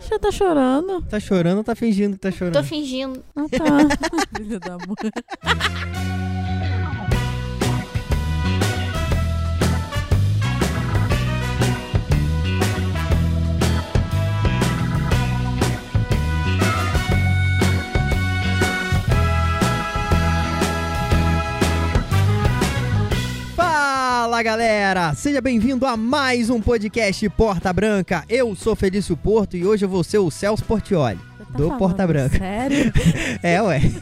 Você tá chorando? Tá chorando ou tá fingindo que tá chorando? Tô fingindo. Ah, tá. Filha da mãe. Fala galera, seja bem-vindo a mais um podcast Porta Branca. Eu sou Felício Porto e hoje eu vou ser o Celso Portioli. Tá Do falando Porta Branca. Sério? É, ué.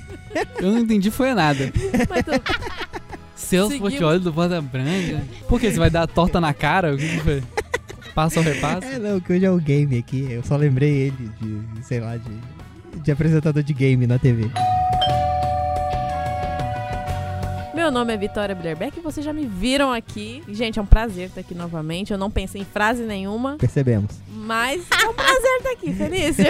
Eu não entendi foi nada. Mas tu- Celso Seguimos. Portioli do Banda Branca. Por que você vai dar a torta na cara? O que que foi? Passa ou repassa? É não, que hoje é o game aqui. Eu só lembrei ele de, sei lá, de, de apresentador de game na TV. Meu nome é Vitória Bilherbeck e vocês já me viram aqui. Gente, é um prazer estar aqui novamente. Eu não pensei em frase nenhuma, Percebemos. mas é um prazer estar aqui, Felício.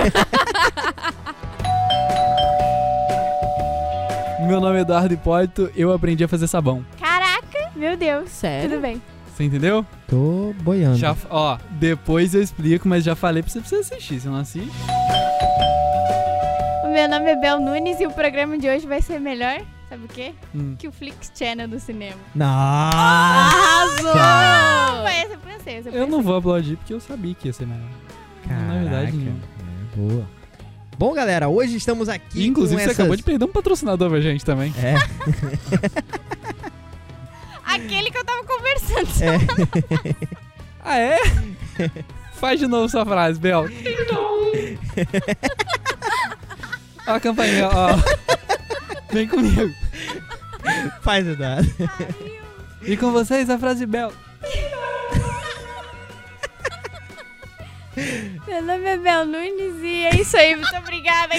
Meu nome é Eduardo Hipólito, eu aprendi a fazer sabão. Caraca, meu Deus. Sério? Tudo bem. Você entendeu? Tô boiando. Já, ó, depois eu explico, mas já falei pra você pra você assistir. Você não assiste? O meu nome é Bel Nunes e o programa de hoje vai ser melhor, sabe o quê? Hum. Que o Flix Channel do cinema. Ah! Nossa! Não, mas essa é francesa. Eu não vou aplaudir porque eu sabia que ia ser melhor. Na verdade, não. É, boa. Bom, galera, hoje estamos aqui. Inclusive, com você essas... acabou de perder um patrocinador pra gente também. É, Aquele que eu tava conversando. é. Ah, é? Faz de novo sua frase, Bel. ó a campainha, ó. Vem comigo. faz o dado. E com vocês, a frase Bel. Meu nome é Bel Nunes e é isso aí. Muito obrigada.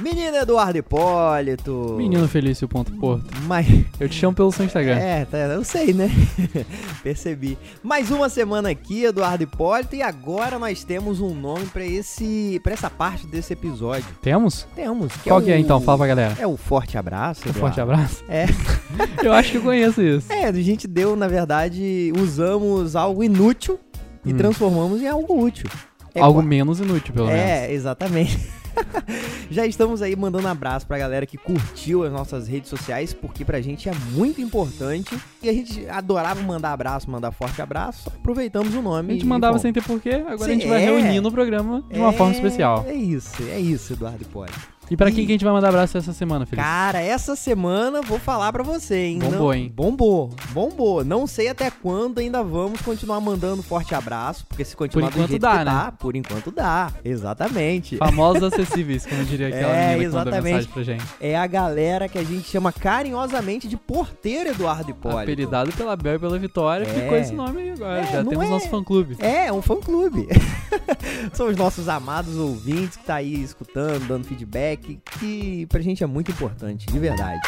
Menino Eduardo Hipólito. Menino Felício Ponto Porto. Mas. Eu te chamo pelo seu Instagram. É, tá, eu sei, né? Percebi. Mais uma semana aqui, Eduardo Hipólito, e agora nós temos um nome pra esse, para essa parte desse episódio. Temos? Temos. Qual o- que é então? Fala pra galera. É o forte abraço. Um Eduardo. forte abraço. É. Eu acho que eu conheço isso. É, a gente deu, na verdade, usamos algo inútil e Hum. transformamos em algo útil. É Algo qua- menos inútil, pelo menos. É, exatamente. Já estamos aí mandando abraço pra galera que curtiu as nossas redes sociais, porque pra gente é muito importante. E a gente adorava mandar abraço, mandar forte abraço. Aproveitamos o nome. A gente e- mandava bom, sem ter porquê, agora Sim, a gente vai é. reunir no programa de uma é- forma especial. É isso, é isso, Eduardo Poli. E pra E- quem que a gente vai mandar abraço essa semana, Felipe? Cara, essa semana vou falar pra você, hein? Bombou, Não- hein? Bombou, bombou. Não sei até quando ainda vamos continuar mandando forte abraço, porque se continuar enquanto do jeito dá, que né? tá, por enquanto dá. Exatamente. Famosos acessíveis, como diria aquela É, menina que mandou exatamente. mensagem pra gente. É a galera que a gente chama carinhosamente de porteiro Eduardo Hipólito. Apelidado pela Bel e pela Vitória, então- É. ficou esse nome aí agora. É, Já não temos é- nosso fã-clube. É, é um fã-clube. São os nossos amados ouvintes que tá aí escutando, dando feedback, que pra gente é muito importante, de verdade.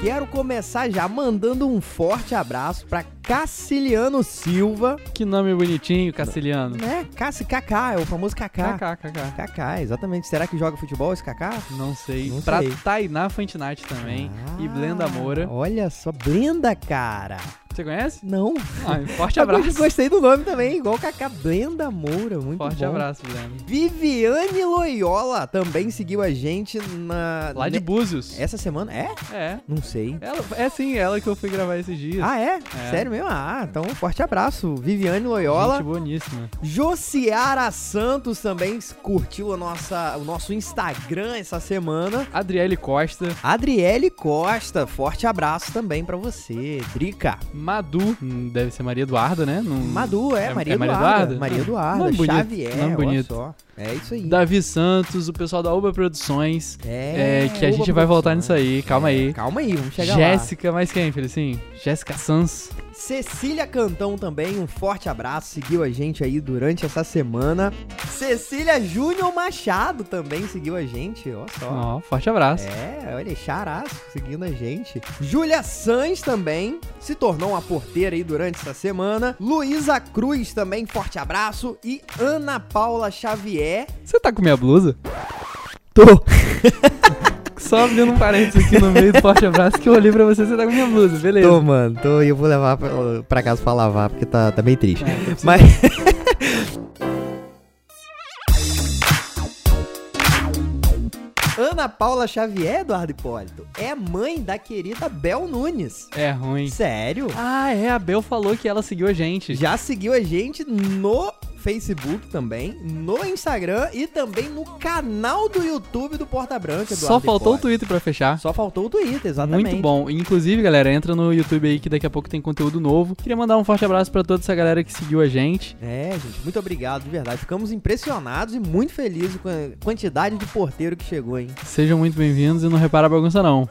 Quero começar já mandando um forte abraço pra Cassiliano Silva, Que nome bonitinho, Caciliano. né? Cassi Kaká, é o famoso Kaká. KKKK. Kaká, exatamente. Será que joga futebol esse Kaká? Não sei. Não pra sei. Tainá Fantinati também. E Blenda Moura. Ah, Olha só, Blenda, cara. Você conhece? Não, Ah, forte Agora abraço. eu Gostei do nome também, igual Cacá Blenda Moura, muito Forte bom. abraço, Blenda. Viviane Loyola também seguiu a gente na... Lá ne- de Búzios. Essa semana? né? É? É. Não sei. Ela, é sim, ela que eu fui gravar esses dias. Ah, é? É. Sério mesmo? Ah, então um forte abraço. Viviane Loyola. Gente boníssima. Josiara Santos também curtiu a nossa, o nosso Instagram essa semana. Adriele Costa, Adriele Costa, forte abraço também pra você. Drica. Madu, hum, deve ser Maria Eduarda, né? Não- Madu, é, É- Maria é Maria Eduarda. Eduarda? Maria Ah, Eduarda, nome bonito, Xavier, nome bonito. olha só. É isso aí. Davi Santos, o pessoal da Uba Produções. É, que a gente vai voltar nisso aí, calma aí. Calma aí, vamos chegar Jéssica, mais quem, Felicinho? Jéssica Sans. lá. Cecília Cantão também, um forte abraço, seguiu a gente aí durante essa semana. Cecília Júnior Machado também seguiu a gente, ó só. Ó, forte abraço. É, olha, charaço seguindo a gente. Júlia Sanz também se tornou uma porteira aí durante essa semana. Luísa Cruz também, forte abraço. E Ana Paula Xavier. Você tá com minha blusa? Tô. Só abrindo um parênteses aqui no meio do forte abraço que eu olhei pra você, você tá com minha blusa, beleza. Tô, mano, tô. E eu vou levar pra, pra casa pra lavar, porque tá, tá bem triste. É, tô precisando- Mas. Ana Paula Xavier, Eduardo Hipólito, é mãe da querida Bel Nunes. É ruim. Sério? Ah, é, a Bel falou que ela seguiu a gente. Já seguiu a gente no Facebook também, no Instagram e também no canal do YouTube do Porta Branca, Eduardo Só faltou o Hipólito. Twitter pra fechar. Só faltou o Twitter, exatamente. Muito bom. Inclusive, galera, entra no YouTube aí que daqui a pouco tem conteúdo novo. Queria mandar um forte abraço pra toda essa galera que seguiu a gente. É, gente, muito obrigado, de verdade. Ficamos impressionados e muito felizes com a quantidade de porteiro que chegou, hein? Sejam muito bem-vindos e não repara a bagunça não.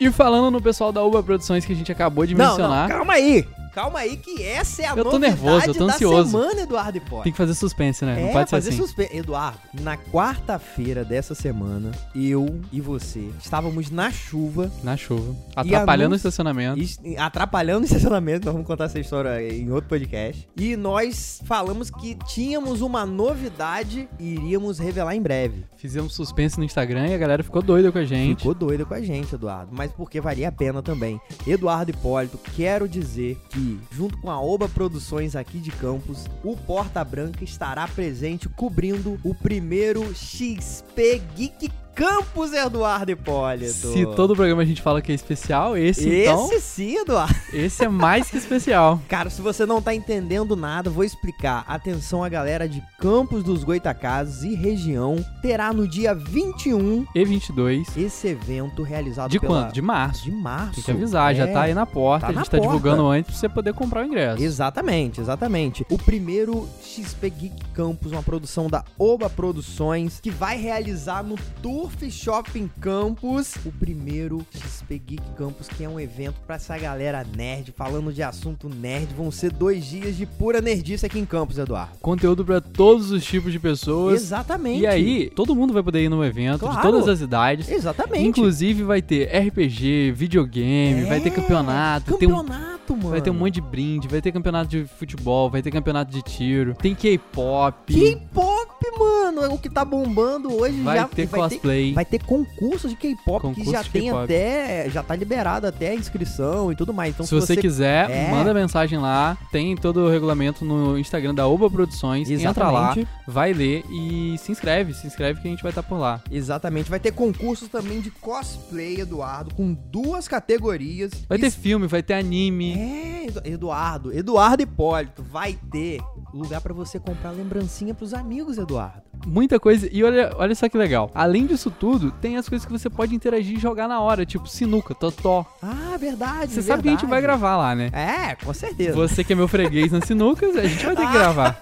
E falando no pessoal da Uba Produções que a gente acabou de Não, não, mencionar, calma aí. Calma aí que essa é a Eu tô novidade nervoso, eu tô da ansioso. semana, Eduardo Hipólito. tem que fazer suspense, né? É, não pode ser fazer assim. suspense. Eduardo, na quarta-feira dessa semana, eu e você estávamos na chuva, Na chuva. Atrapalhando o anúncio- estacionamento. e- atrapalhando o estacionamento. Nós vamos contar essa história em outro podcast. E nós falamos que tínhamos uma novidade e iríamos revelar em breve. Fizemos suspense no Instagram e a galera ficou doida com a gente. Ficou doido com a gente, Eduardo. Mas porque valia a pena também. Eduardo Hipólito, quero dizer que, junto com a Oba Produções aqui de Campos, o Porta Branca estará presente cobrindo o primeiro XP Geek Campus, Eduardo Hipólito. Se todo programa a gente fala que é especial, esse, Esse então, sim, Eduardo. esse é mais que especial. Cara, se você não tá entendendo nada, vou explicar. Atenção a galera de Campos dos Goitacazes e região. Terá no dia 21 E 22, esse evento realizado de pela... quando? De março. De março. Tem que avisar, já É. tá aí na porta, Tá a gente na tá porta. divulgando antes pra você poder comprar o ingresso. Exatamente, exatamente. O primeiro XP Geek Campus, uma produção da Oba Produções, que vai realizar no Turf Shopping Campus o primeiro XP Geek Campus, que é um evento pra essa galera nerd, falando de assunto nerd. Vão ser dois dias de pura nerdice aqui em Campus, Eduardo. Conteúdo pra todos os tipos de pessoas. Exatamente. E aí, todo mundo vai poder ir no evento, de Claro. todas as idades. Exatamente. Inclusive vai ter RPG, videogame, vai ter É, campeonato, tem um- Campeonato, mano. vai ter um monte de brinde, vai ter campeonato de futebol, vai ter campeonato de tiro, tem K-pop, K-pop, mano, é o que tá bombando hoje vai já ter vai ter cosplay. Vai ter concurso de K-pop que Concurso já de tem K-pop. até. Já tá liberado até a inscrição e tudo mais. Então, se você, quiser, É. manda mensagem lá. Tem todo o regulamento no Instagram da Oba Produções. Entra lá, Exatamente. vai ler e se inscreve. Se inscreve que a gente vai estar por lá. Exatamente. Vai ter concurso também de cosplay, Eduardo, com duas categorias. Vai ter Isso- filme, vai ter anime. É, Edu- Eduardo. Eduardo Hipólito, vai ter lugar pra você comprar lembrancinha pros amigos, Eduardo. Muita coisa. E olha, olha só que legal. Além disso tudo, tem as coisas que você pode interagir e jogar na hora, tipo sinuca, totó. Ah, verdade. Você sabe que a gente vai verdade. gravar lá, né? É, com certeza. Você que é Ah, meu freguês nas sinucas, a gente vai ter que gravar.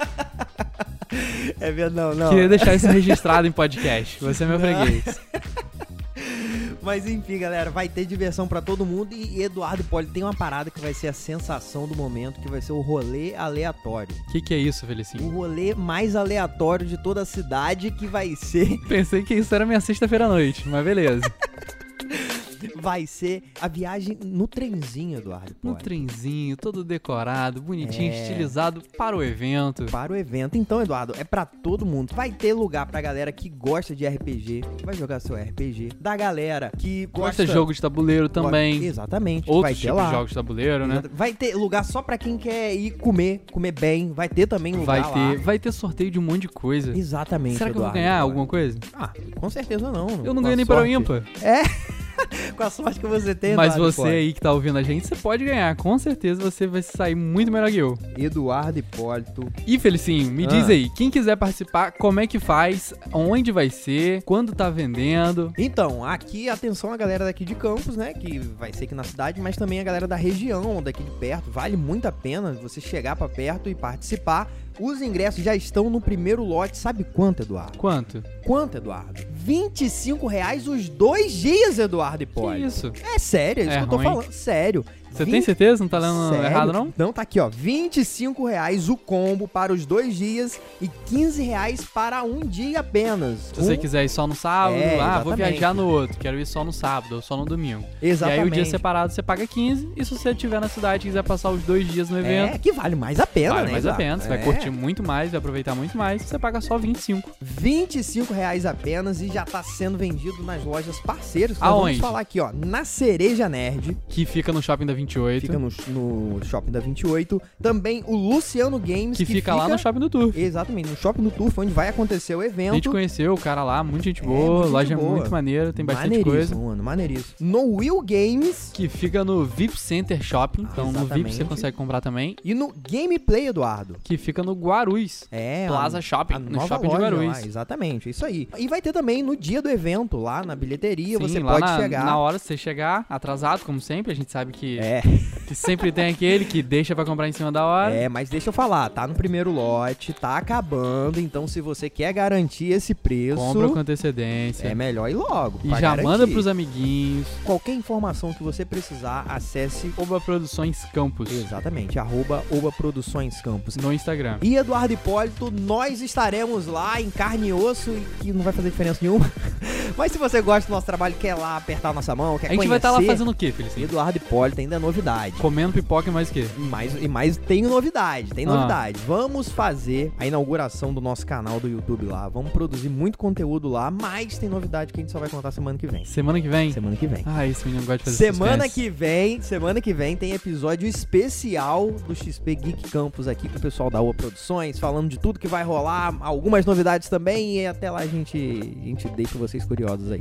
É verdade, não, não. Queria deixar isso registrado em podcast. Você é meu Não. freguês. Mas enfim, galera, vai ter diversão pra todo mundo e Eduardo Hipólito tem uma parada que vai ser a sensação do momento, que vai ser o rolê aleatório. O que, que é isso, Felicinho? O rolê mais aleatório de toda a cidade que vai ser Pensei que isso era minha sexta-feira à noite, mas beleza. vai ser a viagem no trenzinho, Eduardo. Um Hipólito. trenzinho, todo decorado, bonitinho, É. estilizado para o evento. Para o evento. Então, Eduardo, é pra todo mundo. Vai ter lugar pra galera que gosta de RPG, que vai jogar seu RPG. Da galera que gosta, Gosta de jogo de tabuleiro também. Exatamente. vai Outros ter tipos lá. de jogos de tabuleiro, né? Exata- Vai ter lugar só pra quem quer ir comer, comer bem. Vai ter também lugar Vai lá. ter, vai ter sorteio de um monte de coisa. Exatamente. Será que eu vou Eduardo. ganhar alguma coisa? Ah, com certeza não. Eu Com não a ganhei nem para o sorte- ímpar. Com a sorte que você tem, Mas Eduardo você aí que tá ouvindo a gente, você pode ganhar. Com certeza você vai sair muito melhor que eu. Hipólito. Eduardo Hipólito. E Felicinho, me Ah. diz aí, quem quiser participar, como é que faz? Onde vai ser? Quando tá vendendo? Então, aqui, atenção a galera daqui de Campos, né? Que vai ser aqui na cidade, mas também a galera da região, daqui de perto. Vale muito a pena você chegar pra perto e participar. Os ingressos já estão no primeiro lote. Sabe quanto, Eduardo? Quanto? Quanto, Eduardo? R$ 25 reais os dois dias, Eduardo Que Hipólito. isso? É sério, é isso É que eu tô ruim. falando. Sério. Você tem Vinte- certeza? Não tá lendo Sério? errado, não? Não, tá aqui, ó. R$ 25 reais o combo para os dois dias e 15 reais para um dia apenas. Se você Um- quiser ir só no sábado, É, ah, vou exatamente. viajar no outro, quero ir só no sábado ou só no domingo. Exatamente. E aí o dia separado você paga 15 e se você estiver na cidade e quiser passar os dois dias no evento, É, que vale mais a pena, vale né? mais a Eduardo? pena, você vai É. curtir muito mais, vai aproveitar muito mais, você paga só 25. 25 reais apenas e já tá sendo vendido nas lojas parceiras. que nós Aonde? Vamos falar aqui, ó. Na Cereja Nerd, Que fica no shopping da 28, fica no, no shopping da 28. Também o Luciano Games, que, fica, lá no shopping do Turf. Exatamente, no shopping do Turf, onde vai acontecer o A gente evento. conheceu o cara lá, muita gente É, boa, muita gente loja boa. muito maneira, tem bastante maneiríssimo, coisa. mano, maneiríssimo. No Will Games Que fica no VIP Center Shopping, então no VIP você Ah, exatamente. consegue comprar também. e no Gameplay, Eduardo. Que fica no Guarulhos, É, Plaza Shopping, a no nova shopping de loja Guarulhos. lá, exatamente, isso aí. E vai ter também no dia do evento, lá na bilheteria, Sim, você lá pode na, chegar. Na hora, se você chegar atrasado, como sempre, a gente sabe que, É, que sempre tem aquele que deixa pra comprar em cima da hora. É, mas deixa eu falar, tá no primeiro lote, tá acabando, então se você quer garantir esse preço, compra com antecedência. é melhor ir logo. e pra já garantir. manda pros amiguinhos. Qualquer informação que você precisar, acesse Oba Produções Campos exatamente, arroba Oba Produções Campos. no Instagram. E Eduardo Hipólito, nós estaremos lá em carne e osso, e que não vai fazer diferença nenhuma. Mas se você gosta do nosso trabalho, quer lá apertar a nossa mão, quer A gente conhecer... vai estar lá fazendo o quê, Felicinho? Eduardo Hipólito ainda é novidade. Comendo pipoca e mais o quê? E mais, e mais tem novidade, tem Ah. novidade. Vamos fazer a inauguração do nosso canal do YouTube lá. Vamos produzir muito conteúdo lá, mas tem novidade que a gente só vai contar semana que vem. Semana que vem? Semana que vem. Ah, esse menino gosta de fazer Semana suspense. que vem, semana que vem tem episódio especial do XP Geek Campus aqui com o pessoal da UA Produções, falando de tudo que vai rolar, algumas novidades também e até lá a gente, a gente deixa vocês curiosos aí.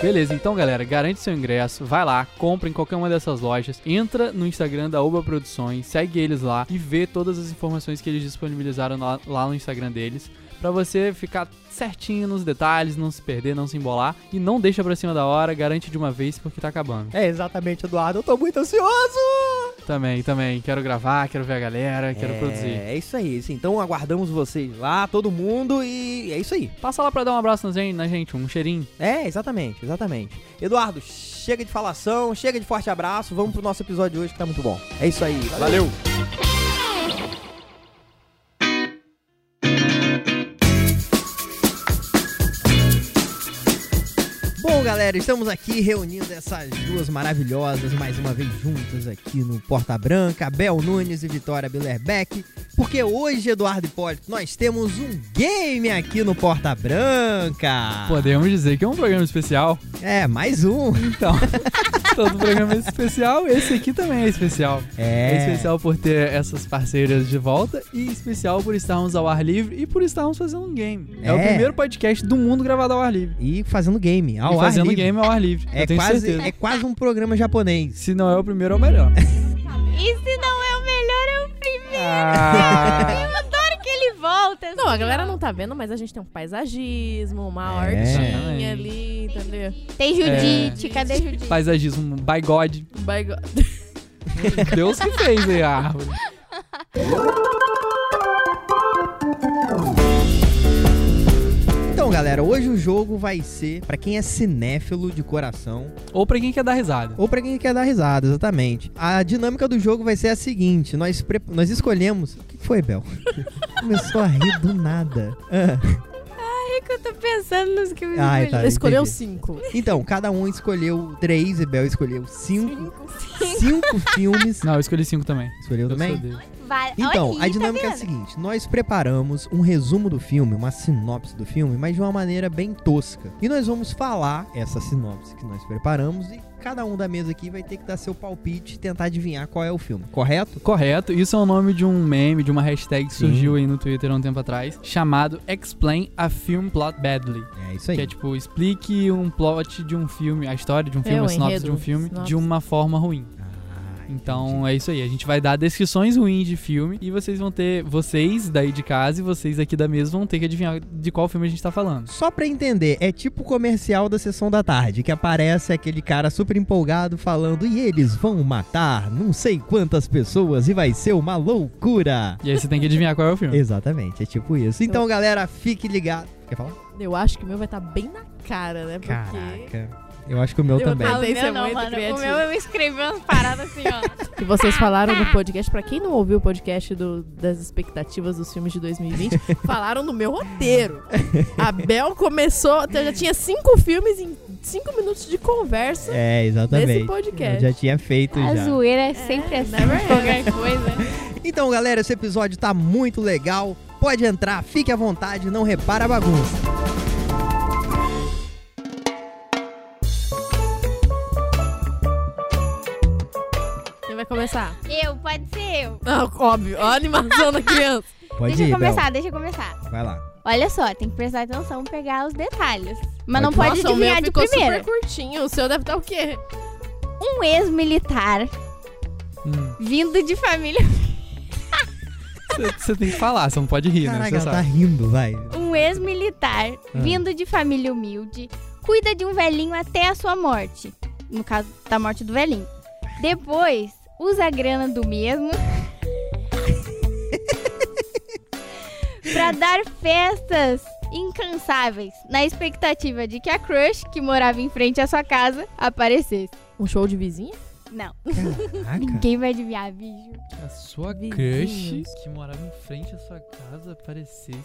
Beleza, então galera, garante seu ingresso, vai lá, compra em qualquer uma dessas lojas, entra no Instagram da Oba Produções, segue eles lá e vê todas as informações que eles disponibilizaram lá, lá no Instagram deles, pra você ficar certinho nos detalhes, não se perder, não se embolar e não deixa pra cima da hora, garante de uma vez porque tá acabando. É exatamente, Eduardo, eu tô muito ansioso! Também, também, quero gravar, quero ver a galera, quero é, produzir. É isso aí. sim. Então aguardamos vocês lá, todo mundo, e é isso aí. Passa lá pra dar um abraço na gente, na gente um cheirinho. É, exatamente, exatamente. Eduardo, chega de falação, chega de forte abraço, vamos pro nosso episódio de hoje que tá muito bom. É isso aí. Valeu! Bom, galera, estamos aqui reunindo essas duas maravilhosas mais uma vez juntas aqui no Porta Branca, Bel Nunes e Vitória Billerbeck, porque hoje, Eduardo Hipólito, nós temos um game aqui no Porta Branca. Podemos dizer que é um programa especial. É, mais um. Então, todo programa é especial, esse aqui também é especial. É especial por ter essas parceiras de volta e especial por estarmos ao ar livre e por estarmos fazendo um game. É, o É. primeiro podcast do mundo gravado ao ar livre. E fazendo game, ao e fazendo ar livre. game ao ar livre. eu É tenho quase, certeza. é quase um programa japonês. Se não é o primeiro, é o melhor. E se não é o melhor, é o primeiro. Ah, Eu adoro que ele volta. Não, a galera não tá vendo, mas a gente tem um paisagismo, uma É. hortinha ali, entendeu? Tem Judite, cadê Judite? paisagismo by God. Baigo- Deus que fez aí a árvore. Então, galera, hoje o jogo vai ser pra quem é cinéfilo de coração Ou pra quem quer dar risada. ou pra quem quer dar risada, exatamente. A dinâmica do jogo vai ser a seguinte: nós, pre- nós escolhemos. O que foi, Bel? Começou a rir do nada. Ah, É que eu tô pensando nos que me Ai, tá. Escolheu entendi. cinco. Então, cada um escolheu três e Bel escolheu cinco. Cinco filmes. Não, eu escolhi cinco também. Escolheu Eu sou também? Deus. Vale. Então, Olha a aí, dinâmica é tá a seguinte: nós preparamos um resumo do filme, uma sinopse do filme, mas de uma maneira bem tosca. E nós vamos falar essa sinopse que nós preparamos e cada um da mesa aqui vai ter que dar seu palpite e tentar adivinhar qual é o filme, correto? Correto, isso é o nome de um meme, de uma hashtag que surgiu aí no Twitter há um tempo atrás, chamado Explain a Film Plot Badly. É isso Que é aí. tipo, explique um plot de um filme, a história de um filme, É, o a sinopse enredo, de um filme, sinopse. de uma forma ruim. Ah, entendi. Então é isso aí, a gente vai dar descrições ruins de filme e vocês vão ter, vocês daí de casa e vocês aqui da mesa vão ter que adivinhar de qual filme a gente tá falando. Só pra entender, é tipo o comercial da sessão da tarde, que aparece aquele cara super empolgado falando e eles vão matar não sei quantas pessoas e vai ser uma loucura. E aí você tem que adivinhar qual é o filme. Exatamente, é tipo isso. Então, galera, fique ligado. Quer falar? Eu acho que o meu vai estar bem na tá cara, né? Porque Caraca. Eu acho que o meu Eu também. tava- o Tem que ser meu não, muito mano. criativo. O meu eu escrevi umas paradas assim, ó. que vocês falaram no podcast. Pra quem não ouviu o podcast do- das expectativas dos filmes de 2020, falaram do meu roteiro. A Bel começou, eu já tinha cinco filmes em cinco minutos de conversa É, nesse exatamente. Eu podcast. já tinha feito A já. zoeira é sempre assim, never de qualquer coisa. Então, galera, esse episódio tá muito legal. Pode entrar, fique à vontade, não repara a bagunça. Quem vai começar? Eu, pode ser eu. Ah, óbvio, a animação da criança. Pode deixa ir, eu começar, deixa eu começar. Bel. Vai lá. Olha só, tem que prestar atenção, pegar os detalhes. Mas não Pode pode Nossa, o meu adivinhar de ficou primeira. super curtinho. O seu deve estar o quê? Um ex-militar vindo de família. Hum. Você tem que falar, você não pode rir, né? Caraca, Você ela tá sabe. rindo, vai. Um ex-militar vindo de família humilde cuida de um velhinho até a sua morte. No caso da morte do velhinho. Depois, usa a grana do mesmo. pra dar festas incansáveis, na expectativa de que a crush, que morava em frente à sua casa, aparecesse. Um show de vizinha? Não, Caraca. ninguém vai adivinhar, bicho. A sua crush Vizinhos. que morava em frente à sua casa aparecesse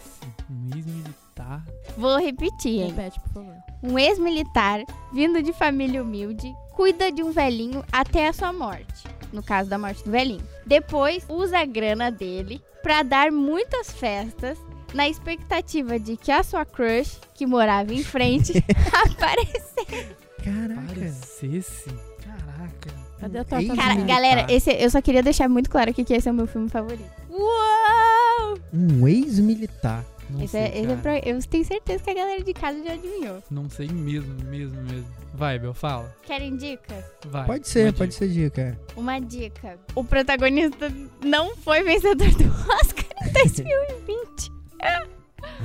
um ex-militar. Vou repetir, hein? Repete, por favor. Um ex-militar, vindo de família humilde, cuida de um velhinho até a sua morte. No caso da morte do velhinho. Depois, usa a grana dele pra dar muitas festas, na expectativa de que a sua crush, que morava em frente, apareça. Caraca. Aparecesse? Caraca. Cadê a torta? Ei, do Cara, bolo? galera, esse, eu só queria deixar muito claro aqui que esse é o meu filme favorito. Uou! Um ex-militar. Não Esse sei, é, esse é cara. pra- eu tenho certeza que a galera de casa já adivinhou. Não sei mesmo, mesmo, mesmo. Vai, Bel, fala. Querem dicas? Vai. Pode ser, Uma pode dica. ser dica. é. Uma dica. O protagonista não foi vencedor do Oscar em 2020.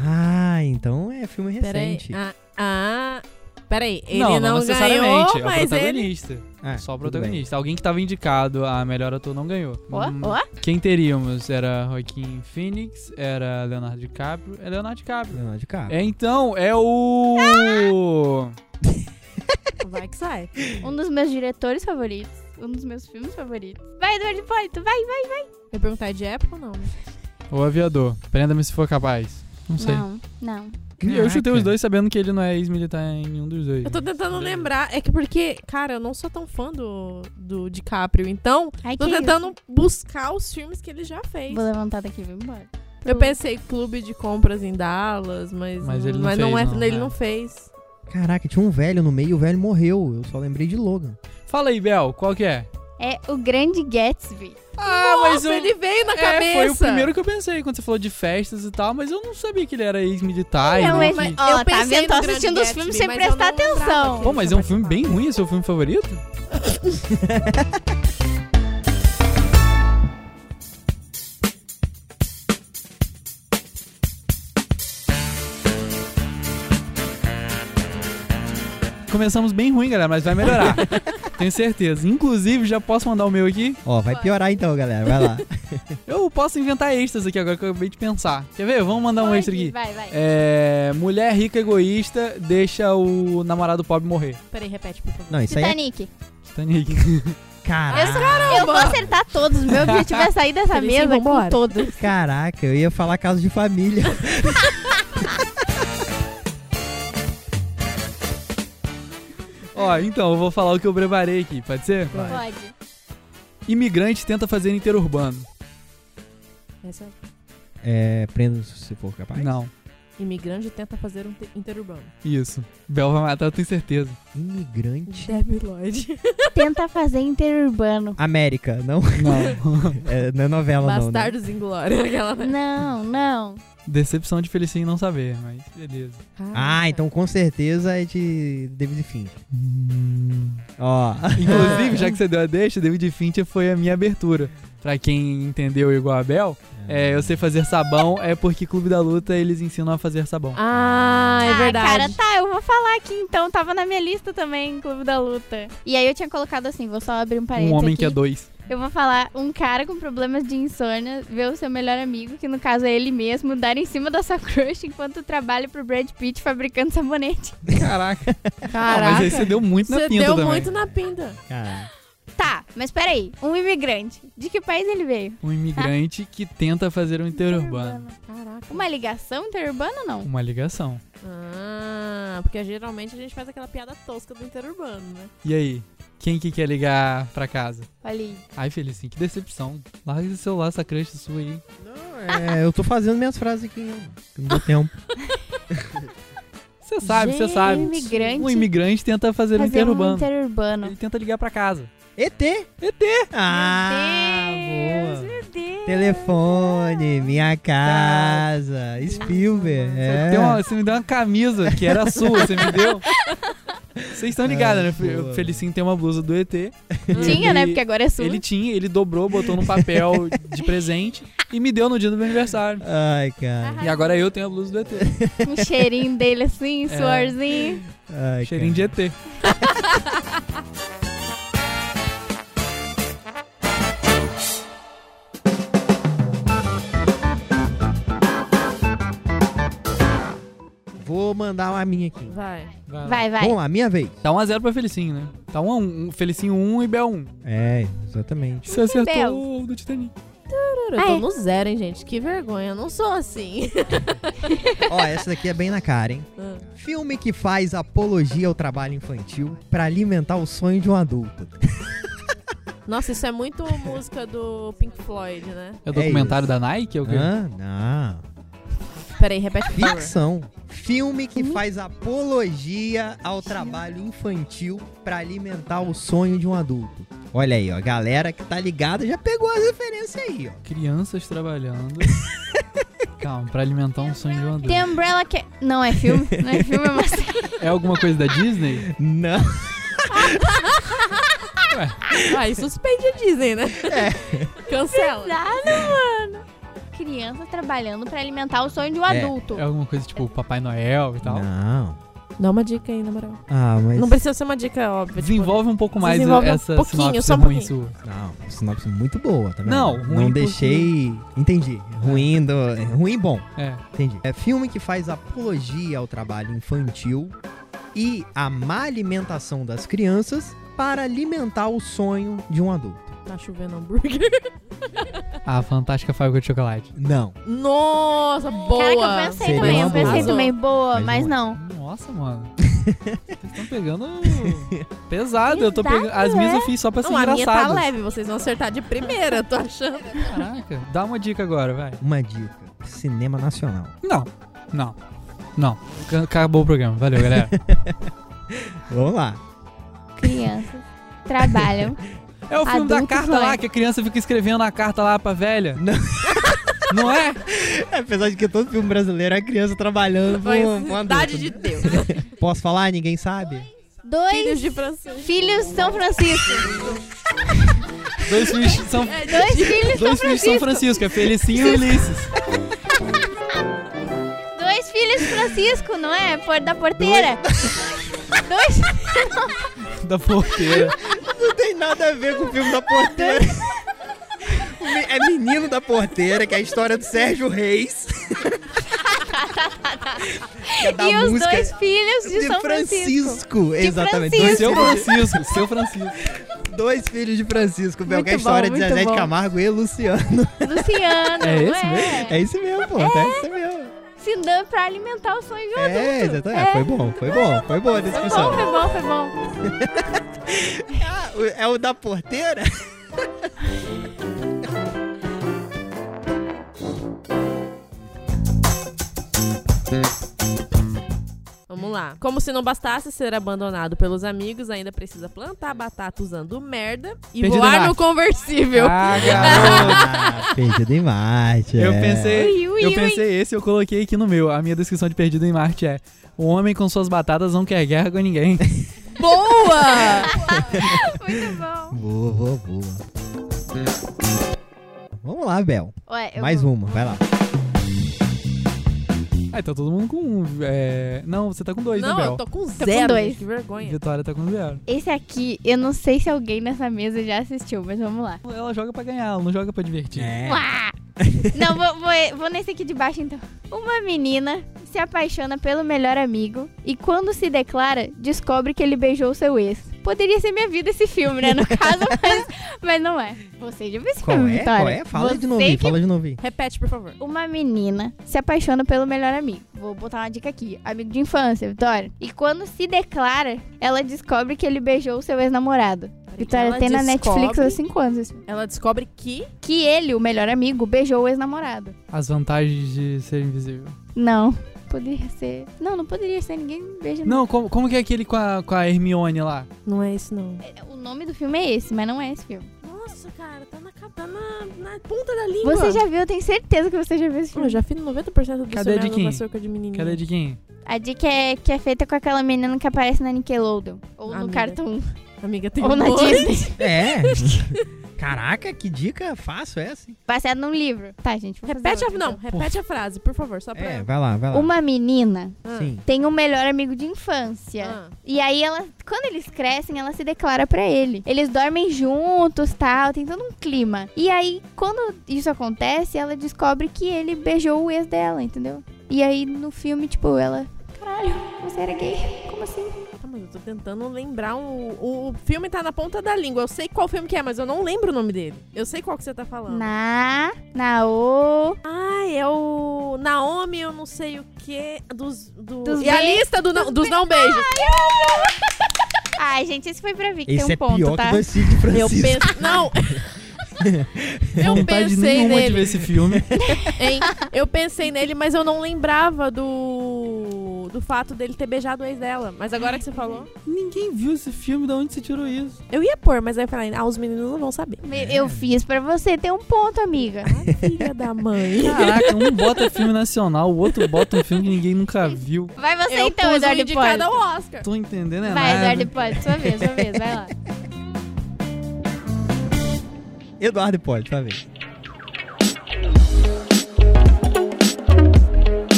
Ah, então é filme Peraí. recente. Ah, ah, peraí. Ele não, não, não necessariamente. ganhou, é o mas ele... protagonista. Ah, Só o tudo bem. protagonista. Alguém que tava indicado a melhor ator não ganhou. Ó, Hum, ó. Quem teríamos? Era Joaquim Phoenix, era Leonardo DiCaprio. É Leonardo DiCaprio. Leonardo DiCaprio. É, então, é Ah! o. Vai que sai. Um dos meus diretores favoritos. Um dos meus filmes favoritos. Vai, Eduardo Hipólito, vai, vai, vai. Eu ia perguntar é de época ou não? né? O aviador. Prenda-me se for capaz. Não sei. Não, não. Eu chutei Caraca. os dois sabendo que ele não é ex-militar em nenhum dos dois. Eu tô tentando Beleza. lembrar. É que porque, cara, eu não sou tão fã do, do DiCaprio. Então, Ai, tô que tentando buscar os filmes que ele já fez. isso. Vou levantar daqui e vou embora. Eu pensei Clube de Compras em Dallas, mas, Mas ele não é, fez, não, ele né? não fez. Caraca, tinha um velho no meio e o velho morreu. Eu só lembrei de Logan. Fala aí, Bel, qual que é? É o grande Gatsby. Ah, Nossa, ele veio na É, foi o cabeça. primeiro que eu pensei quando você falou de festas e tal, mas eu não sabia que ele era ex-militar. e é um não ex- que- Ó, eu tá pensei vendo? Tô no Grande assistindo os Gatsby, filmes sem mas eu prestar não lembrava atenção. que Pô, mas é um tinha filme bem participado. ruim, é seu filme favorito? Começamos bem ruim, galera, mas vai melhorar. Tenho certeza. Inclusive, já posso mandar o meu aqui? Ó, vai piorar então, galera. Vai lá. Eu posso inventar extras aqui agora que eu acabei de pensar. Quer ver? Vamos mandar um Pode, extra aqui. Vai, vai. É, mulher rica egoísta deixa o namorado pobre morrer. Peraí, repete, por favor. Não, isso aí é. Titanic. Titanic. Caraca. é ah. Tá um Eu vou acertar todos. Meu objetivo é sair dessa Felicinho, mesa com vambora. todos. Caraca, eu ia falar caso de família. Ó, então, eu vou falar o que eu preparei aqui, pode ser? Pode. Imigrante tenta fazer interurbano. Essa é- É, prenda se for capaz. Não. Imigrante tenta fazer um te- interurbano. Isso. Bel vai matar, eu tenho certeza. Imigrante. Debbie Lloyd. Tenta fazer interurbano. América, não Não. né? é, não é novela, Bastardos em Glória. Aquela... né? Não, não. É Decepção de Felicinho não saber, mas beleza. não, né? Ah, então com certeza é de David Finch. Ó, Inclusive, já que você deu a deixa, David Fincher foi a minha abertura. Pra quem entendeu igual a Bel, Hum. é, eu sei fazer sabão é porque Clube da Luta eles ensinam a fazer sabão. Ah, é verdade. cara, tá, eu vou falar aqui então. Tava na minha lista também, Clube da Luta. E aí eu tinha colocado assim, vou só abrir um parênteses um homem que é aqui. dois. Eu vou falar um cara com problemas de insônia vê o seu melhor amigo, que no caso é ele mesmo, dar em cima da sua crush enquanto trabalha pro Brad Pitt fabricando sabonete. Caraca. Ah, Caraca. mas aí você deu muito na Você pinta deu também. muito na pinta. Cara, Tá, mas peraí, um imigrante. De que país ele veio? Um imigrante que tenta fazer um interurbano. Caraca. Uma ligação interurbana ou não? Uma ligação. Ah, porque geralmente a gente faz aquela piada tosca do interurbano, né? E aí? Quem que quer ligar pra casa? Olha aí. Ai, Felicinho, que decepção. Larga esse celular, essa crush sua aí. não, é, eu tô fazendo minhas frases aqui, eu não deu tempo. Você sabe, você Gente, sabe. imigrante. Um imigrante tenta fazer, um Fazer interurbano. um interurbano. Ele tenta ligar pra casa. ET? ET! Ah, Deus, boa. meu Deus. Telefone, minha casa, Spielberg. É. Tem uma- você me deu uma camisa que era sua, você me deu. Vocês estão ligados, Ah, né? Fe- boa. O Felicinho tem uma blusa do ET. e Tinha, né? ele- Porque agora é sua. Ele tinha, ele dobrou, botou no papel de presente e me deu no dia do meu aniversário. Ai, cara. E agora eu tenho a blusa do ET. Um cheirinho dele assim, suorzinho. Ai, Cheirinho de cara. ET. Vou mandar uma minha aqui. Ah, Vai. Vai. lá. Vai, vai. Vamos lá, minha vez. Tá 1 a 0 pra Felicinho, né? Tá 1 a 1. Felicinho 1 e Bel 1. É, exatamente. Você Bel. acertou o do Titanic. Eu Ah, tô é? no zero, hein, gente? Que vergonha. Eu não sou assim. Ó, essa daqui é bem na cara, hein? Ah, Filme que faz apologia ao trabalho infantil pra alimentar o sonho de um adulto. Nossa, isso é muito música do Pink Floyd, né? É o É documentário isso. da Nike? É o quê? Hã? Não. Peraí, repete por favor. Ficção. Filme que faz apologia ao trabalho infantil pra alimentar o sonho de um adulto. Olha aí, ó. Galera que tá ligada já pegou as referências aí, ó. Crianças trabalhando. Calma, pra alimentar um sonho de um adulto. The Umbrella que Não é filme, não é filme, é uma série. É alguma coisa da Disney? Não. Aí suspende a Disney, né? Cancela. Nada, mano. Criança trabalhando pra alimentar o sonho de um É. adulto. É alguma coisa tipo Papai Noel e tal? Não. Dá uma dica aí, na moral. Ah, mas. Não precisa ser uma dica óbvia. tipo, Desenvolve um pouco mais desenvolve um essa pouquinho, sinopse só um ruim pouquinho. sua. Não, sinopse muito boa, tá vendo? Não, ruim Não por- deixei. Entendi. Ruim do. Ruim e bom. É. Entendi. É filme que faz apologia ao trabalho infantil e à má alimentação das crianças para alimentar o sonho de um adulto. Tá chovendo hambúrguer. A Fantástica Fábrica de Chocolate. Não. Nossa, boa. Cara, que eu pensei Seria também, eu uma pensei boa. também, boa, mas, Mas é. não. Nossa, mano. Vocês estão pegando pesado. Eu tô Pesado, pegando. As minhas é? eu fiz só pra ser Não, a minha tá engraçado. leve, vocês vão acertar de primeira, eu tô achando. Caraca. Dá uma dica agora, vai. Uma dica. Cinema nacional. Não. Não. Não. Ca- Acabou o programa. Valeu, galera. Vamos lá. Crianças trabalham. É o filme da Adultos carta não é. lá, que a criança fica escrevendo a carta lá pra velha. Não. Não é? Apesar de que todo filme brasileiro é criança trabalhando Foi com, com cidade de adulto. né? Deus. Posso falar? Ninguém sabe? Dois Filhos de Francisco. filhos São Francisco. Dois filhos são. É, Dois filhos São Dois filhos de São Francisco. Francisco, é Felicinho e Ulisses. Dois filhos Francisco, não é? Por- Da porteira. Dois. Da porteira. Não tem nada a ver com o filme da porteira. O me- É Menino da Porteira, que é a história do Sérgio Reis. Que é da e os música dois filhos de, São Francisco. Exatamente. Dois, Francisco. Seu filhos- Francisco, seu Francisco. dois filhos de Francisco, Bel, que é a Muito bom, história de muito Zezé de bom. Camargo e Luciano. Luciano. É esse É isso mesmo, pô. É isso mesmo. Se dando pra alimentar o sonho de um adulto. É, exatamente. Foi bom, foi bom, foi boa a Foi bom, descrição. foi bom, foi bom. Ah, o- É o da porteira? Vamos lá. Como se não bastasse ser abandonado pelos amigos, ainda precisa plantar batata usando merda e Perdido voar na no arte. conversível. Ah, garoto. Ah, Perdido em Marte. Eu é. pensei, Ui, ui, eu ui. pensei esse, eu coloquei aqui no meu. A minha descrição de Perdido em Marte é: O homem com suas batatas não quer guerra com ninguém. Boa! Muito bom. Boa, boa, boa. Vamos lá, Bel. Ué, eu Mais um. vou- uma, vai lá. Aí tá todo mundo com um. é, Não, você tá com dois, né, Não, Bel? eu tô um. com com zero, dois. gente, que vergonha. Vitória tá com zero. Esse aqui, eu não sei se alguém nessa mesa já assistiu, mas vamos lá. Ela joga pra ganhar, ela não joga pra divertir. É. Uá! Não, vou, vou- vou nesse aqui de baixo então. Uma menina se apaixona pelo melhor amigo e quando se declara, descobre que ele beijou seu ex. Poderia ser minha vida esse filme, né? No caso, mas, mas não é. Você já viu esse Qual filme, é? Vitória? Qual é? Fala Você de novo, aí, que fala de novo. aí. Repete, por favor. uma menina se apaixona pelo melhor amigo. Vou botar uma dica aqui. Amigo de infância, Vitória. E quando se declara, ela descobre que ele beijou o seu ex-namorado. Vitória Ela tem na descobre- Netflix há 5 anos. esse filme. Ela descobre que Que ele, o melhor amigo, beijou o ex-namorado. As vantagens de ser invisível. Não. Poderia ser. Não, não poderia ser. Ninguém beija. Não, como, como que é aquele com a, com a Hermione lá? não é isso, não. O nome do filme é esse, mas não é esse filme. Nossa, cara, tá na, tá na, na ponta da língua. Você já viu, eu tenho certeza que você já viu esse Eu filme. já fiz 90% do Cadê a sonhado diquinha? na cerca de menininha. Cadê é de quem? A dica é que é feita com aquela menina que aparece na Nickelodeon. Ou no Amiga. Cartoon. Amiga, tem Ou um na monte. Disney. É. Caraca, que dica fácil é essa, hein? Baseado num livro. Tá, gente. vou fazer Repete a, outra, não, então. repete a frase, por favor, só pra... É, vai lá, vai lá. Uma menina Ah, Sim. tem um melhor amigo de infância. ah. E aí ela, quando eles crescem, ela se declara pra ele. Eles dormem juntos, tal, tem todo um clima. E aí quando isso acontece, ela descobre que ele beijou o ex dela, entendeu? E aí no filme, tipo, ela, caralho, você era gay? Como assim? Tá, mas eu tô tentando lembrar um... O, o filme tá na ponta da língua. Eu sei qual filme que é, mas eu não lembro o nome dele. Eu sei qual que você tá falando. Na, na o, Ai, é o Naomi, eu não sei o que. Dos, do... Dos e a beijos, lista do não- dos dos, não beijos. Ai, gente, esse foi pra vir que Esse tem um é ponto, pior tá? que o Cid Eu Francisco. penso. Não! eu Vontade pensei nenhuma tá de ver nele. esse filme. hein? Eu pensei nele, mas eu não lembrava do. Do fato dele ter beijado o ex dela. Mas agora que você falou. Ninguém viu esse filme, da onde você tirou isso? Eu ia pôr, mas aí eu falei, ah, os meninos não vão saber. Me- Eu fiz pra você ter um ponto, amiga. Filha da mãe. Então, Caraca, um bota filme nacional, o outro bota um filme que ninguém nunca viu. Vai você eu então, pus um Eduardo indicado Hipólito. ao Oscar. Tô entendendo é Vai, nada. Eduardo Hipólito, sua vez, sua vez, vai lá. Eduardo pode, tá vendo?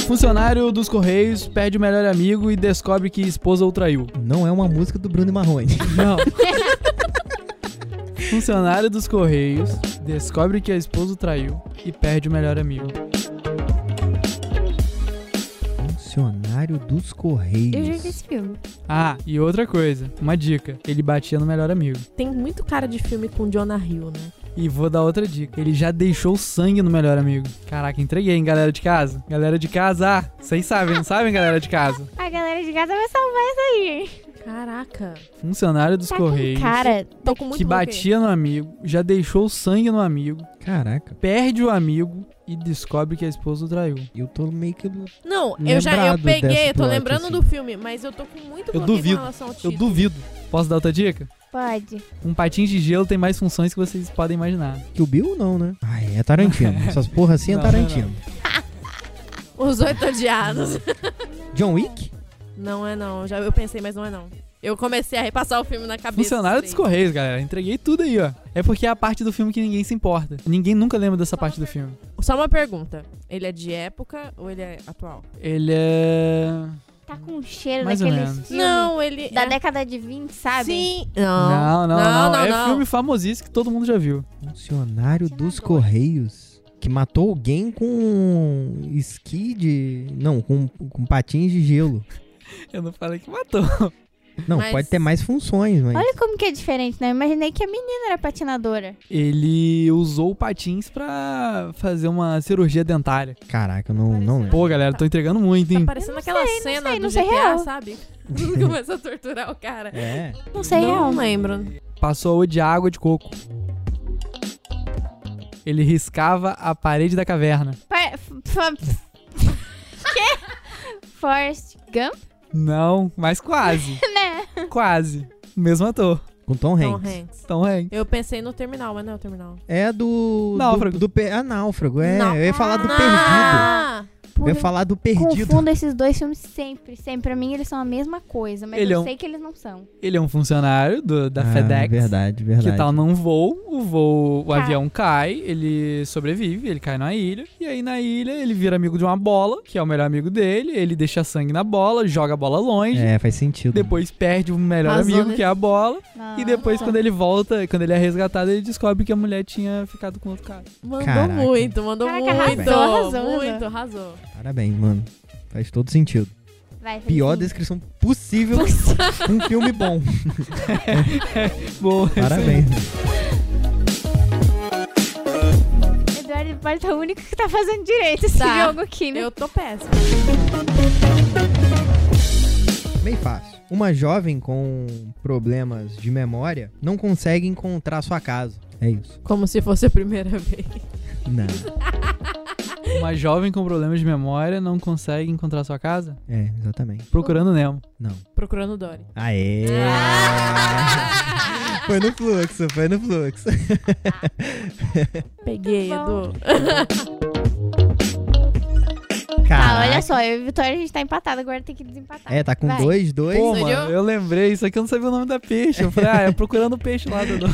Funcionário dos Correios perde o melhor amigo e descobre que esposa o traiu. Não é uma música do Bruno e Marrone. Não. Funcionário dos Correios descobre que a esposa o traiu e perde o melhor amigo. Funcionário dos Eu já vi Correios. esse filme. Ah, e outra coisa, uma dica: ele batia no melhor amigo. Tem muito cara de filme com Jonah Hill, né? E vou dar outra dica: ele já deixou sangue no melhor amigo. Caraca, entreguei, hein, galera de casa? Galera de casa, ah, vocês sabem, não sabem, galera de casa? A galera de casa vai salvar isso aí, hein? Caraca. Funcionário dos Tá com Correios cara. Tô com muito que bloqueio. batia no amigo, já deixou sangue no amigo, Caraca, perde o amigo e descobre que a esposa o traiu. eu tô meio que. do- Não, eu já eu Lembrado dessa peguei, eu tô plot, lembrando assim. do filme, mas eu tô com muito Eu bloqueio duvido. com relação ao Eu título. duvido. Posso dar outra dica? Pode. Um patins de gelo tem mais funções que vocês podem imaginar. Que o Bill não, né? Ai, é Tarantino. Essas porra assim é Não, Tarantino. Os oito odiados. John Wick? Não é não, já eu pensei, mas não é não. Eu comecei a repassar o filme na cabeça. Funcionário dos assim. Correios, galera. Entreguei tudo aí, ó. É porque é a parte do filme que ninguém se importa. Ninguém nunca lembra dessa parte do filme. Só uma pergunta. Ele é de época ou ele é atual? Ele é. Tá com um cheiro Mais ou daqueles menos. filmes Não, ele da é... década de 20, sabe? Sim. Não, não, não. é não. filme famosíssimo que todo mundo já viu. Funcionário dos Senador. Correios. Que matou alguém com um esqui de. Não, com, com patins de gelo. Eu não falei que matou. Não, Mas- pode ter mais funções, mas. Olha como que é diferente, né? Eu imaginei que a menina era patinadora. Ele usou patins pra fazer uma cirurgia dentária. Caraca, eu não, não lembro. Pô, galera, tô entregando muito, Tá hein? parecendo não aquela sei, não cena sei, não do sei GTA, real. sabe? Começa a torturar o cara. É. Não sei não real. lembro. Passou a odiar água de coco. Ele riscava a parede da caverna. Pa- f- fa- Quê? Forrest Gump, Não, mas quase. né? quase. Mesmo ator. Com Então, Tom Tom Hanks. Hanks. Tom Hanks. Eu pensei no terminal, mas não é o terminal. É do. Náufrago. Do, do pe- ah, náufrago, é. Não. Eu ia falar do Ah! perdido. Eu ia falar do Perdido. Confundo esses dois filmes sempre, sempre. Pra mim eles são a mesma coisa, mas Ele é eu um- sei que eles não são. Ele é um funcionário do- da Ah, FedEx. Verdade, verdade. Que tá num voo, o voo, o Cai. avião cai, ele sobrevive, ele cai na ilha, e aí na ilha ele vira amigo de uma bola, que é o melhor amigo dele, ele deixa sangue na bola, joga a bola longe, É, faz sentido. depois perde o melhor Razão, amigo, né? que é a bola, e depois Nossa. quando ele volta, quando ele é resgatado, ele descobre que a mulher tinha ficado com outro cara. Mandou Caraca. muito, mandou Caraca, muito. arrasou, arrasou, muito, arrasou. Parabéns, mano. Faz todo sentido. Vai, faz Pior assim. descrição possível. um filme bom. Bom, Parabéns. Eduardo Hipólito é o único que tá fazendo direito esse Tá. jogo aqui, né? Eu tô péssima. Bem fácil. Uma jovem com problemas de memória não consegue encontrar sua casa. É isso. Como se fosse a primeira vez. Não. uma jovem com problemas de memória não consegue encontrar sua casa? É, exatamente. Procurando Nemo. Não. Procurando Dory. Aê! Ah! Foi no fluxo, foi no fluxo. Peguei, Muito bom. Edu. Tá, Caraca. olha só, eu e Vitória a gente tá empatada, agora tem que desempatar. É, tá com Vai. dois, dois. Pô, Sério? mano, eu lembrei, isso aqui eu não sabia o nome da peixe. Eu falei, ah, é procurando o peixe lá, Dudu.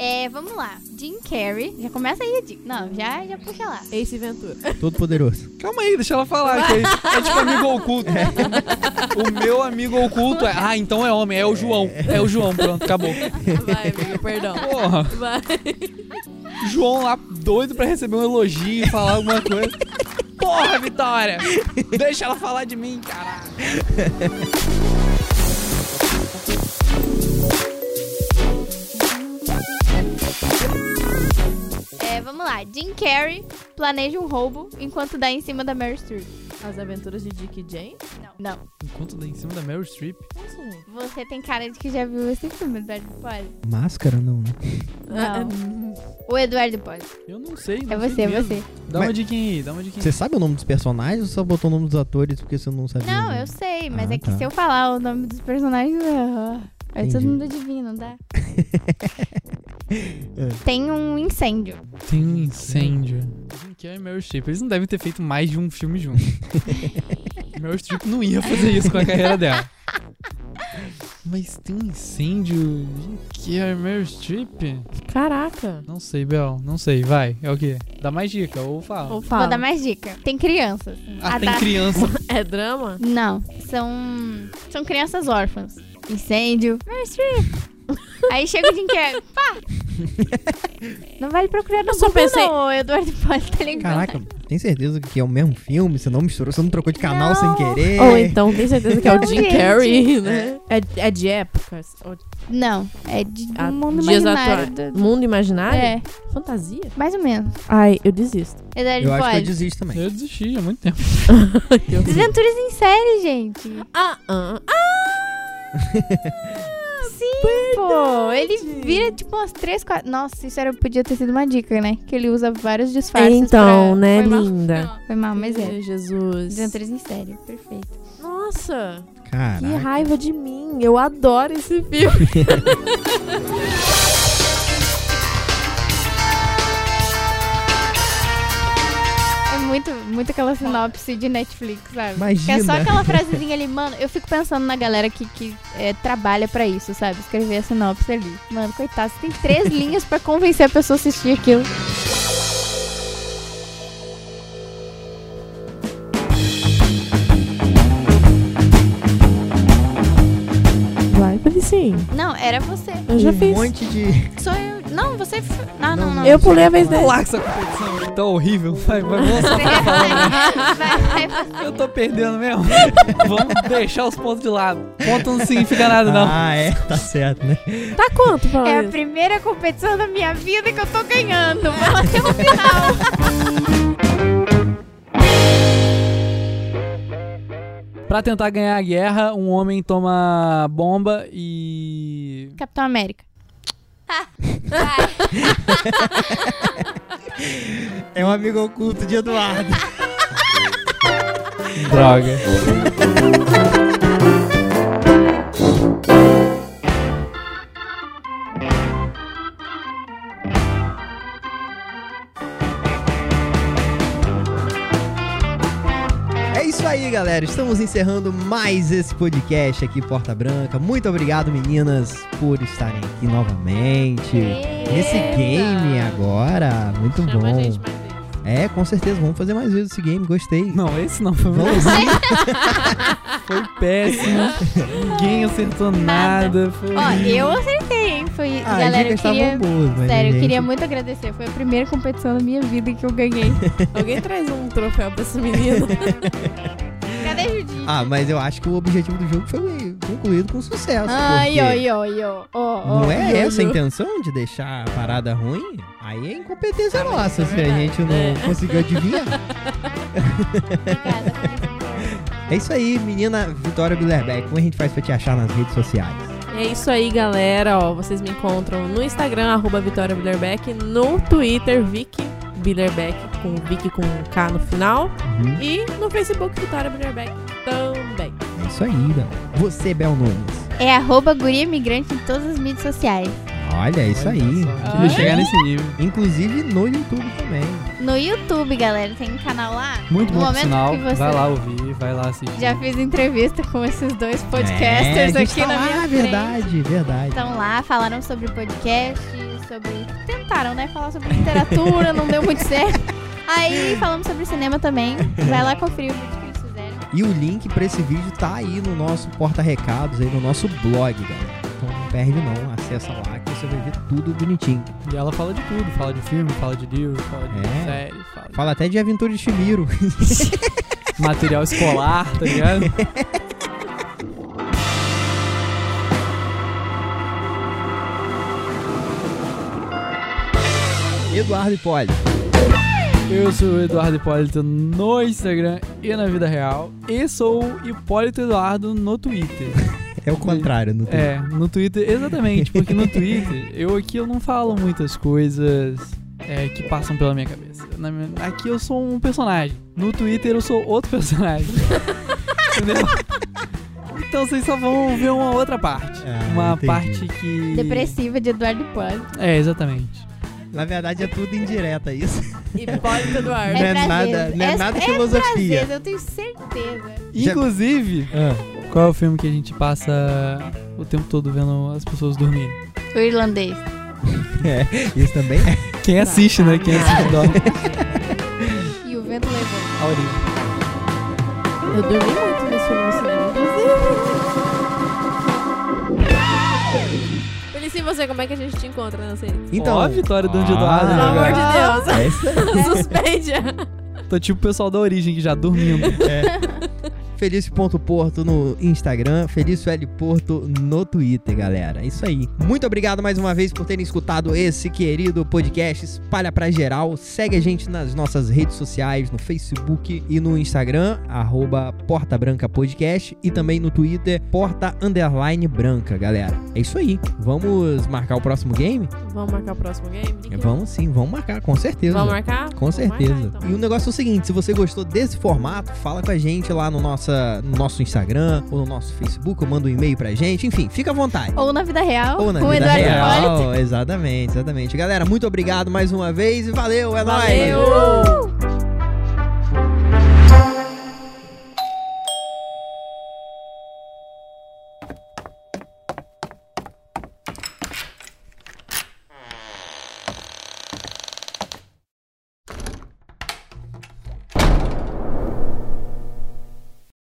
É, vamos lá. Jim Carrey. Já começa aí a dica. Não, já, já puxa lá. Ace Ventura. Todo poderoso. Calma aí, deixa ela falar. Que é, é tipo amigo oculto. O meu amigo oculto é. Ah, então é homem, é o João. É o João, pronto, acabou. Vai, amigo, perdão. Porra, Vai. João lá doido pra receber um elogio e falar alguma coisa. Porra, Vitória! Deixa ela falar de mim, caralho. É, vamos lá. Jim Carrey planeja um roubo enquanto dá em cima da Meryl Streep. As aventuras de Dick e Jane? Não. Não. Enquanto dá em cima da Meryl Streep. Você tem cara de que já viu esse filme, Eduardo Poli. Máscara não, né? Ah, O Eduardo Poli. Eu não sei, não É sei você, é mesmo. você. Dá uma dica aí, dá uma dica Você aí. sabe o nome dos personagens ou só botou o nome dos atores porque você não sabia? Não, eu sei, mas Ah, é que tá. se eu falar o nome dos personagens. ah, Aí todo Entendi. mundo adivinha, não dá? É. Tem um incêndio. Tem um incêndio. Jim Carrey e Meryl Streep. Eles não devem ter feito mais de um filme junto. Meryl Streep não ia fazer isso com a carreira dela. Mas tem um incêndio. Jim Carrey e é Meryl Streep? Caraca. Não sei, Bel. Não sei. Vai. É o quê? Dá mais dica ou fala. Ou Vou fala. dar mais dica. Tem crianças. ah, Ah, tem tá. criança. É drama? Não, são. São crianças órfãs. Incêndio. Meryl Streep. Aí chega o Jim Carrey. é, Pá! Não vale procurar no Eu só Google, pensei- não, ô Eduardo Poli, tá ligado? Caraca, tem certeza que é o mesmo filme? Você não misturou, você não trocou de canal Não. sem É. querer? Ou então, tem certeza que é o Não, Jim gente. Carrey, né? É, é de épocas? Ou- Não, é de Ah, um mundo dias imaginário. atuais. do- Mundo imaginário? É, Fantasia? mais ou menos. Ai, eu desisto. Eduardo Eu acho que eu Poli. desisto também. Eu desisti há muito tempo. Desventuras em série, gente. Ah, ah, ah. Sim, pô. Ele vira tipo umas três, quatro. Nossa, isso era, podia ter sido uma dica, né? Que ele usa vários disfarces. Então, pra- né, Foi mal. linda? Foi mal, mas é. Ai, Jesus. Desventuras em série, perfeito. Nossa, que Caraca. raiva de mim. Eu adoro esse filme. É muito, muito aquela sinopse de Netflix, sabe? Que é só Imagina. aquela frasezinha ali, mano. Eu fico pensando na galera que, que é, trabalha pra isso, sabe? Escrever a sinopse ali. Mano, coitado, você tem três linhas pra convencer a pessoa a assistir aquilo. Vai, Patricinho. Não, era você. Eu já Um fiz. monte de. Sou eu. Não, você. f- Ah, Não, não, não. Eu pulei a vez dela. Lá que essa competição é tão horrível. Vai, vai, vamos Você só quer falar. fazer? Vai, vai, vai. Eu tô perdendo mesmo. Vamos deixar os pontos de lado. Ponto não significa nada, não. Ah, é, tá certo, né? Tá quanto, É a Paulo? primeira competição da minha vida que eu tô ganhando. Vamos até o final. Pra tentar ganhar a guerra, um homem toma bomba e. Capitão América. É um amigo oculto de Eduardo. Droga. É aí, galera. Estamos encerrando mais esse podcast aqui, Porta Branca. Muito obrigado, meninas, por estarem aqui novamente. Esse game agora, muito Chama a gente bom. mais vezes. É, com certeza, vamos fazer mais vezes esse game, gostei. Não, esse não foi Vamos Foi péssimo. Ninguém acertou nada. Foi... Ó, eu acertei, hein? Foi, Ah, as galera, eu dicas estavam queria... boas, mas. Sério, eu gente, queria muito agradecer. Foi a primeira competição da minha vida que eu ganhei. Alguém traz um troféu pra esse menino. Cadê a Judite? Ah, mas eu acho que o objetivo do jogo foi concluído com sucesso. Ai, porque ai, ai, ai. Não é Ioiô. essa a intenção de deixar a parada ruim? Aí é incompetência nossa é se a verdade, gente não né? conseguiu adivinhar. Obrigada. É isso aí, menina Vitória Billerbeck. Como é a gente faz pra te achar nas redes sociais? É isso aí, galera. Ó, vocês me encontram no Instagram, arroba Vitória Bilderbeck, no Twitter, Vicky Bilderbeck, com Vicky com K no final, Uhum. e no Facebook, Vitória Bilderbeck também. É isso aí, galera. Você, Bel Nunes. É arroba guria migrante em todas as mídias sociais. Olha, é isso aí. Eu queria chegar nesse nível. Inclusive no YouTube também. No YouTube, galera, tem um canal lá. Muito no bom momento sinal. que você Vai lá ouvir, vai lá assistir. Já fiz entrevista com esses dois é, a podcasters gente aqui tá na lá, minha frente. Tá. verdade, verdade. Estão lá, falaram sobre podcast, sobre. Tentaram, né? Falar sobre literatura, não deu muito certo. Aí falamos sobre cinema também. Vai lá conferir o vídeo que eles fizeram. E o link pra esse vídeo tá aí no nosso porta-recados, aí no nosso blog, galera. Então não perde não, acessa lá que você vai ver tudo bonitinho. E ela fala de tudo. Fala de filme, fala de livro, fala de É. série, fala de Fala até de Aventura de Shimiro. material escolar, tá ligado? Eduardo Hipólito. Eu sou o Eduardo Hipólito no Instagram e na vida real. E sou o Hipólito Eduardo no Twitter. É o contrário, não tem. É, no Twitter, exatamente, porque no Twitter eu aqui eu não falo muitas coisas é, que passam pela minha cabeça. Na minha- aqui eu sou um personagem. No Twitter eu sou outro personagem. Entendeu? Então vocês só vão ver uma outra parte. Ah, uma entendi. parte que. Depressiva de Eduardo Pano. É, exatamente. Na verdade é tudo indireta isso. Hipólito Eduardo. Não é nada- não é nada filosofia. eu tenho certeza. Já- Inclusive, qual é o filme que a gente passa o tempo todo vendo as pessoas dormirem? O irlandês. Isso também é. Quem assiste, né? Quem assiste dorme. E o vento levou. A origem. Eu dormi muito nesse filme no cinema, inclusive. Felicinho, você, como é que a gente te encontra nas redes? Então, Ó a vitória do Andy Ah. Eduardo. Pelo né, amor cara? de é isso aí. Deus, suspende. Tô tipo o pessoal da origem que já dormindo. Felício.porto no Instagram, Felício L. Porto no Twitter, galera. É Isso aí. Muito obrigado mais uma vez por terem escutado esse querido podcast. Espalha pra geral. Segue a gente nas nossas redes sociais, no Facebook e no Instagram, arroba Porta Branca Podcast e também no Twitter, Porta Underline Branca, galera. É isso aí. Vamos marcar o próximo game? Vamos marcar o próximo game? Que que- Vamos sim, vamos marcar, com certeza. Vamos marcar? Com Vamos certeza. marcar, então. E o negócio é o seguinte: se você gostou desse formato, fala com a gente lá no, nossa, no nosso Instagram ou no nosso Facebook, ou manda um e-mail pra gente. Enfim, fica à vontade. Ou na vida real, Ou na com o vida Eduardo Pano. real. Exatamente, exatamente. Galera, muito obrigado mais uma vez e valeu, é nóis. Valeu!